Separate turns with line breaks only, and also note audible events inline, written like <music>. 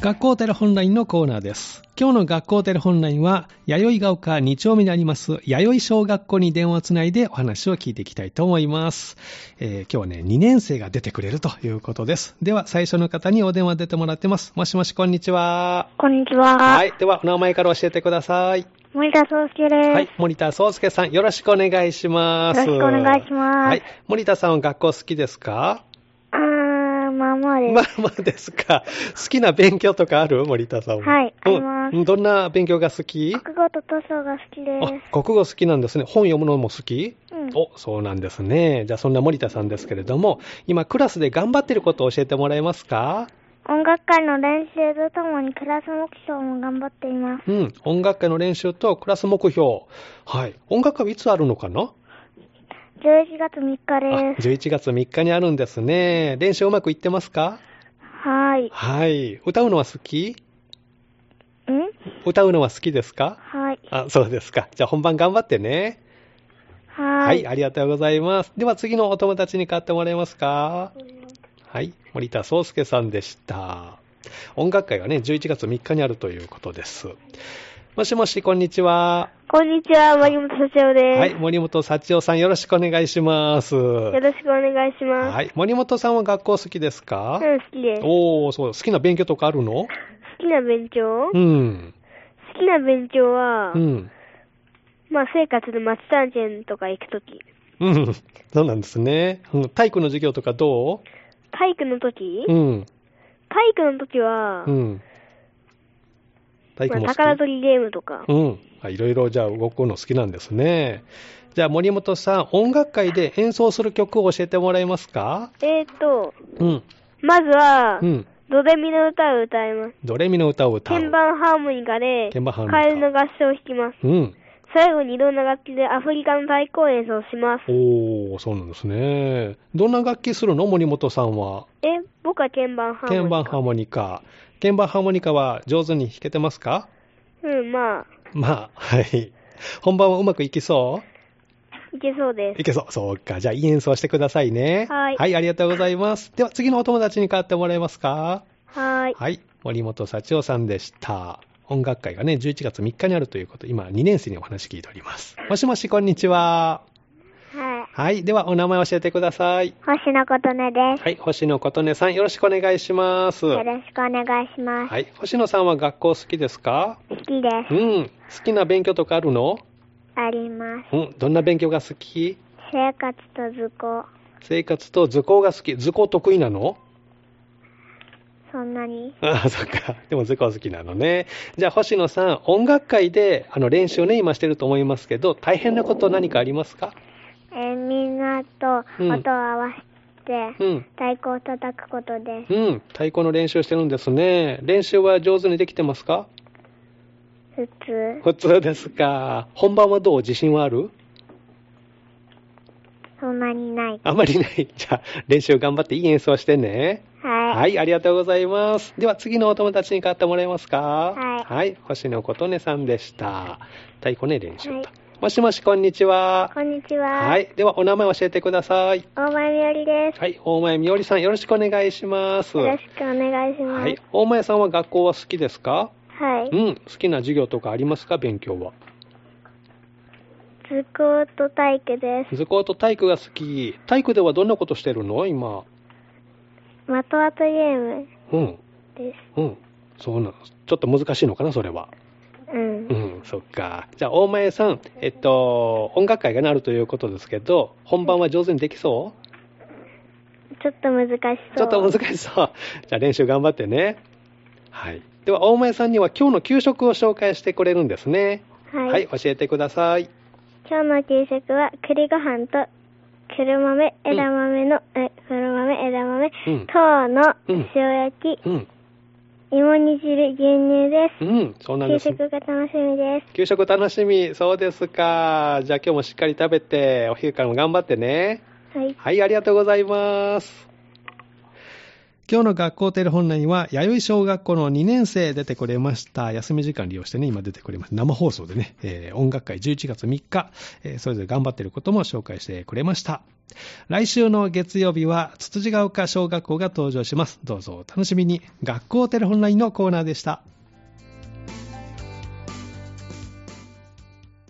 学校テレホンラインのコーナーです。今日の学校テレホンラインは、弥生が丘2丁目にあります、弥生小学校に電話をつないでお話を聞いていきたいと思います。えー今日はね、2年生が出てくれるということです。では、最初の方にお電話出てもらってます。もしもし、こんにちは。
こんにちは。
はい。では、お名前から教えてください。
森田壮介です。
はい。森田宗介さん、よろしくお願いします。
よろしくお願いします
はい。森田さんは学校好きですか
あー、まあまあです。
まあまあですか。好きな勉強とかある森田さんは。
はいあります
うん。どんな勉強が好き
国語と塗装が好きで
あ、国語好きなんですね。本読むのも好き
す。うん。
お、そうなんですね。じゃあそんな森田さんですけれども、今クラスで頑張ってることを教えてもらえますか
音楽会の練習とともにクラス目標も頑張っています。
うん。音楽会の練習とクラス目標。はい。音楽会はいつあるのかな
11月3日
あ
です。
11月3日にあるんですね。練習うまくいってますか
はーい。
はい。歌うのは好き
ん
歌うのは好きですか
はい。
あ、そうですか。じゃあ本番頑張ってね。
は
は
ー
い、
い。
ありがとうございます。では次のお友達に買ってもらえますかはい、森田壮介さんでした。音楽会がね、11月3日にあるということです。もしもし、こんにちは。
こんにちは、森本社長です。
はい、森本幸男さん、よろしくお願いします。
よろしくお願いします。
はい、森本さんは学校好きですか
うん、好きです。好
おー、そう、好きな勉強とかあるの
きな勉強、
うん。
好きな勉強は、
うん。
まあ生活で松山県とか行くとき。
うん。そうなんですね。うん体育の授業とかど
体育のとき、
ううん。
体育のときは、
うん。体育
ま
も好
あ、
き。
宝取りゲームとか。
うん。あいろいろじゃあ動くの好きなんですね。じゃあ森本さん、音楽会で演奏する曲を教えてもらえますか
えーっと、
うん。
まずは、
うん。
ドレミの歌を歌います。
ドレミの歌を歌う。
鍵盤ハーモニカで、
鍵盤ハーモニカ
カエルの合唱を弾きます。
うん。
最後にいろんな楽器でアフリカの太鼓を演奏します。
おー、そうなんですね。どんな楽器するの森本さんは。
え、僕は鍵盤ハーモニカ。
鍵盤ハーモニカ。鍵盤ハーモニカは上手に弾けてますか
うん、まあ、
まあ、はい。本番はうまくいきそう
いけそうです。
いけそう。そうか。じゃあ、いい演奏してくださいね。
はい
はい、ありがとうございます。では、次のお友達に代わってもらえますか
はーい。
はい。森本幸男さんでした。音楽会がね、11月3日にあるということ、今、2年生にお話聞いております。もしもし、こんにちは。
はい。
はい。では、お名前教えてください。
星野琴音で
はい。星野琴音さん、よろしくお願いします。は
ろしくお願いしま。
い。星野さんは学校好きですか
好きで
う。ん。好きな勉強とかあるの
ありま
う
す。
ん。どんな勉強が好き
生活と図工。
生活と図工が好き。図工得意なの
そんなに
ああ、そっか。でも図工好きなのね。じゃあ、星野さん、音楽会で、あの、練習をね、今してると思いますけど、大変なこと何かありますか
え、みんなと
うん音を
合わせて
うん。
太鼓を叩くことで
うん。太鼓の練習してるんですね。練習は上手にできてますか
普通
普通ですか。本番はどう自信はある
そんなにない
あまりない。 <laughs> じゃあ、練習頑張っていい演奏してね。
は
はいい、ありがとうございます。では次のお友達に代わってもらえますか
はい
星野琴音さんでした。太鼓ね、練習と。
はい
もしもし、こんにちは。
こんにちは、
はい、ではお名前教えてください。
大前みよりです、
はい、大前みおりさん、よろしくお願いします。
よろしくお願いします
はい、大前さんは学校は好きですか
はい、
うん、好きな授業とかありますか勉強は。
図工と体育です
図工と体育が好き。体育ではどんなことしてるの今。
的当てゲーム
うん、
で
うん。そうなんです。ちょっと難しいのかな、それは。
すうん、
うん、そっか。じゃあ、大前さん、えっと、音楽会がなるということですけど、本番は上手にできそう
ちょっと難しそう
ちょっと難しそう。じゃあ、練習頑張ってね。はい。では、大前さんには今日の給食を紹介してくれるんですね。
はい、
教えてください。
今日の給食は栗ご飯と黒豆
うん
枝豆の、え黒豆枝豆、
うん
糖の
うん
塩焼き、
うん、
芋煮汁牛乳で
う
す、
ん、そうなんで
給
す。
食が楽しみです
給食楽しみ。そうですか。じゃあ、今日もしっかり食べて、お昼からも頑張ってね。
はい。
はい、ありがとうございます。今日の学校テレホンラインは、弥生小学校の2年生出てくれました。休み時間利用してね、今出てくれました。生放送でね、えー音楽会11月3日、えーそれぞれ頑張ってることも紹介してくれました。来週の月曜日は、つつじが丘小学校が登場します。どうぞお楽しみに。学校テレホンラインのコーナーでした。